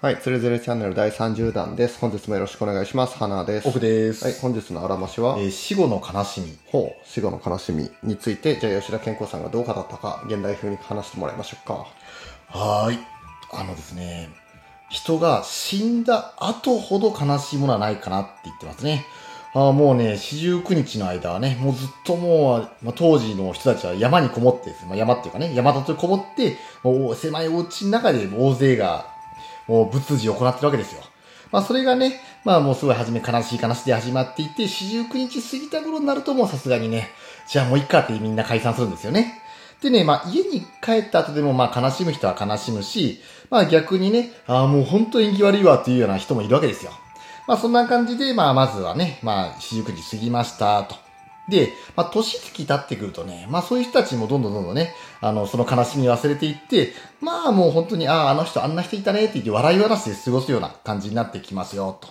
はい、つれづれチャンネル第30弾です。本日もよろしくお願いします。花です。奥です、はい、本日のあらましは、えー死後の悲しみほう、死後の悲しみについて、じゃあ吉田健康さんがどう語ったか、現代風に話してもらいましょうか。はーいあのですね人が死んだ後ほど悲しいものはないかなって言ってますねあーもうね四十九日の間はねもうずっともう、まあ、当時の人たちは山にこもってですね、まあ、山っていうかね山里にこもってもう狭いお家の中で大勢がもう仏事を行ってるわけですよまあそれがね、まあもうすごい初め悲しい悲しいで始まっていて、四十九日過ぎた頃になるともうさすがにね、じゃあもういっかってみんな解散するんですよね。でね、まあ家に帰った後でもまあ悲しむ人は悲しむし、まあ逆にね、ああもう本当縁起悪いわっていうような人もいるわけですよ。まあそんな感じで、まあまずはね、まあ四十九日過ぎましたと。で、まあ年月経ってくるとね、まあそういう人たちもどんどんどんどんね、あの、その悲しみを忘れていって、まあもう本当に、ああ、あの人あんな人いたねって言って笑い話で過ごすような感じになってきますよと。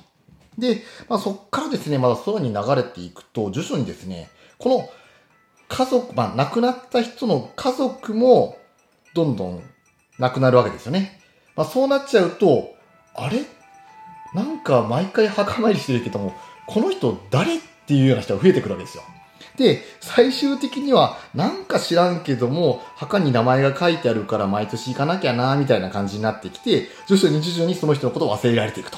で、まあ、そっからですね、まだ空に流れていくと、徐々にですね、この家族、まあ、亡くなった人の家族も、どんどん亡くなるわけですよね。まあ、そうなっちゃうと、あれなんか毎回墓参りしてるけども、この人誰っていうような人が増えてくるわけですよ。で、最終的には、なんか知らんけども、墓に名前が書いてあるから毎年行かなきゃな、みたいな感じになってきて、徐々に徐々にその人のことを忘れられていくと。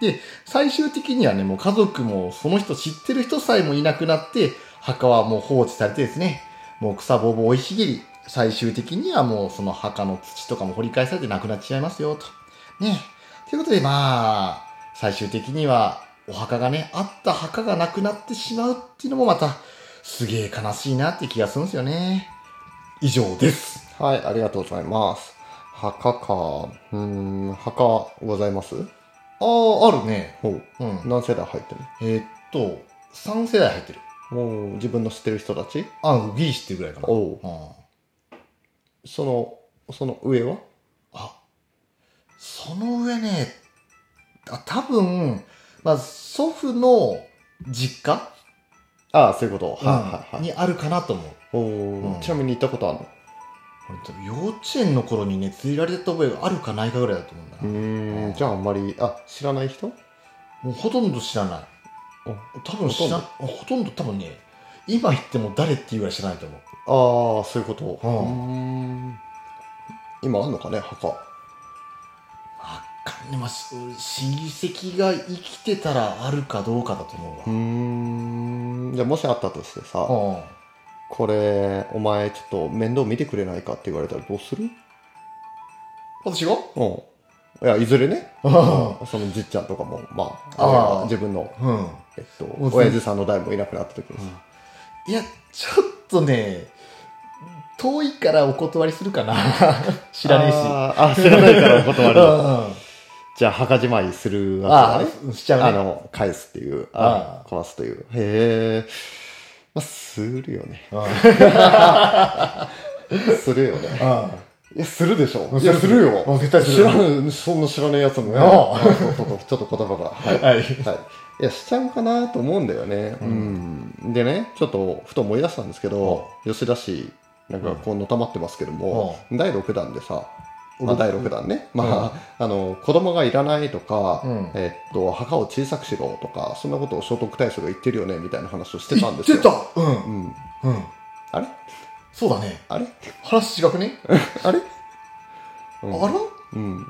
で、最終的にはね、もう家族もその人知ってる人さえもいなくなって、墓はもう放置されてですね、もう草ぼうぼう生い茂り、最終的にはもうその墓の土とかも掘り返されてなくなっちゃいますよ、と。ね。ということで、まあ、最終的にはお墓がね、あった墓がなくなってしまうっていうのもまた、すげえ悲しいなって気がするんですよね。以上です。はい、ありがとうございます。墓か。うーん、墓ございますああ、あるね。ほう。うん。何世代入ってるえーっと、3世代入ってる。もう自分の知ってる人たちあ、ギリ知ってるぐらいかな。おう。うんその、その上はあ、その上ね、あ多分、まあ、祖父の実家、ああ、そういうこと。はいはいはい。にあるかなと思う。おうお。んちなみに行ったことあるの俺多分幼稚園の頃にね、連れられた覚えがあるかないかぐらいだと思うんだな。うーん、じゃああんまり、あ、知らない人もうほとんど知らない。多分知らん、ほとんど多分ね、今言っても誰っていうぐらい知らないと思う。ああそういうこと、ううーん今あんのかね墓わかんねまあ、し親戚が生きてたらあるかどうかだと思うわ。うーんじゃあもしあったとしてさ、うんこれお前ちょっと面倒見てくれないかって言われたらどうする私がうんいやいずれねうそのじっちゃんとかもまああーあ自分の、ん。うん。えっと、もう親父さんの代もいなくなった時にさ、いや、ちょっとね、遠いからお断りするかな。 知らねえし。あーあ知らないからお断りだあじゃあ墓じまいするわあけだねー、しちゃうね。あの、返すっていう、あ壊すという。へえ。まあ、するよね。するよね。あいや、するでしょ。 うんいや、するよ。うん絶対する知らん、そんな知らねえやつもね。あああそうそうそう ちょっと言葉が。はい。はい。はい。いや、しちゃうかなと思うんだよね。うん。でね、ちょっと、ふと思い出したんですけど、吉田氏、なんか、こう、のたまってますけども、第6弾でさ、まあ、第6弾ね。まあ、あの、子供がいらないとか、うんえっと、墓を小さくしろとか、そんなことを聖徳太子が言ってるよね、みたいな話をしてたんですよ。言ってたうんう。ん。うん。あれそうだね。あれ話違くねあれあうんらうん。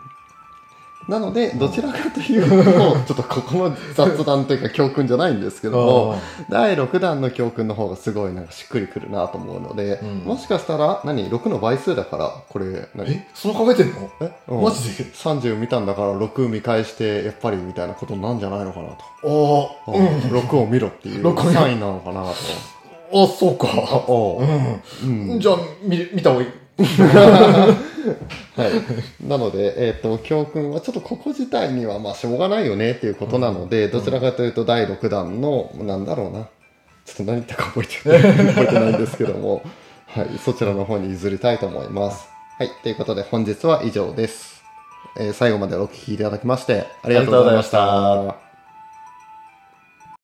なので、どちらかというと、ちょっとここの雑談というか教訓じゃないんですけども、第6弾の教訓の方がすごいなんかしっくりくるなと思うので、うんもしかしたら何6の倍数だからこれ何え、その考えてんのえうんマジで30見たんだから6見返してやっぱりみたいなことなんじゃないのかなと、ああ、ううん、ん。 6を見ろってい六を見うろサインなのかなとあ、そうか。おうううんん。じゃあ、見、見た方がいい。はい、なので、えっと教訓はちょっとここ自体にはまあしょうがないよねっていうことなので、どちらかというと第6弾のなんだろうなちょっと何言ったか覚えちゃって覚えてないんですけども、はい、そちらの方に譲りたいと思います。はい、ということで本日は以上です。えー最後までお聞きいただきましてありがとうございました。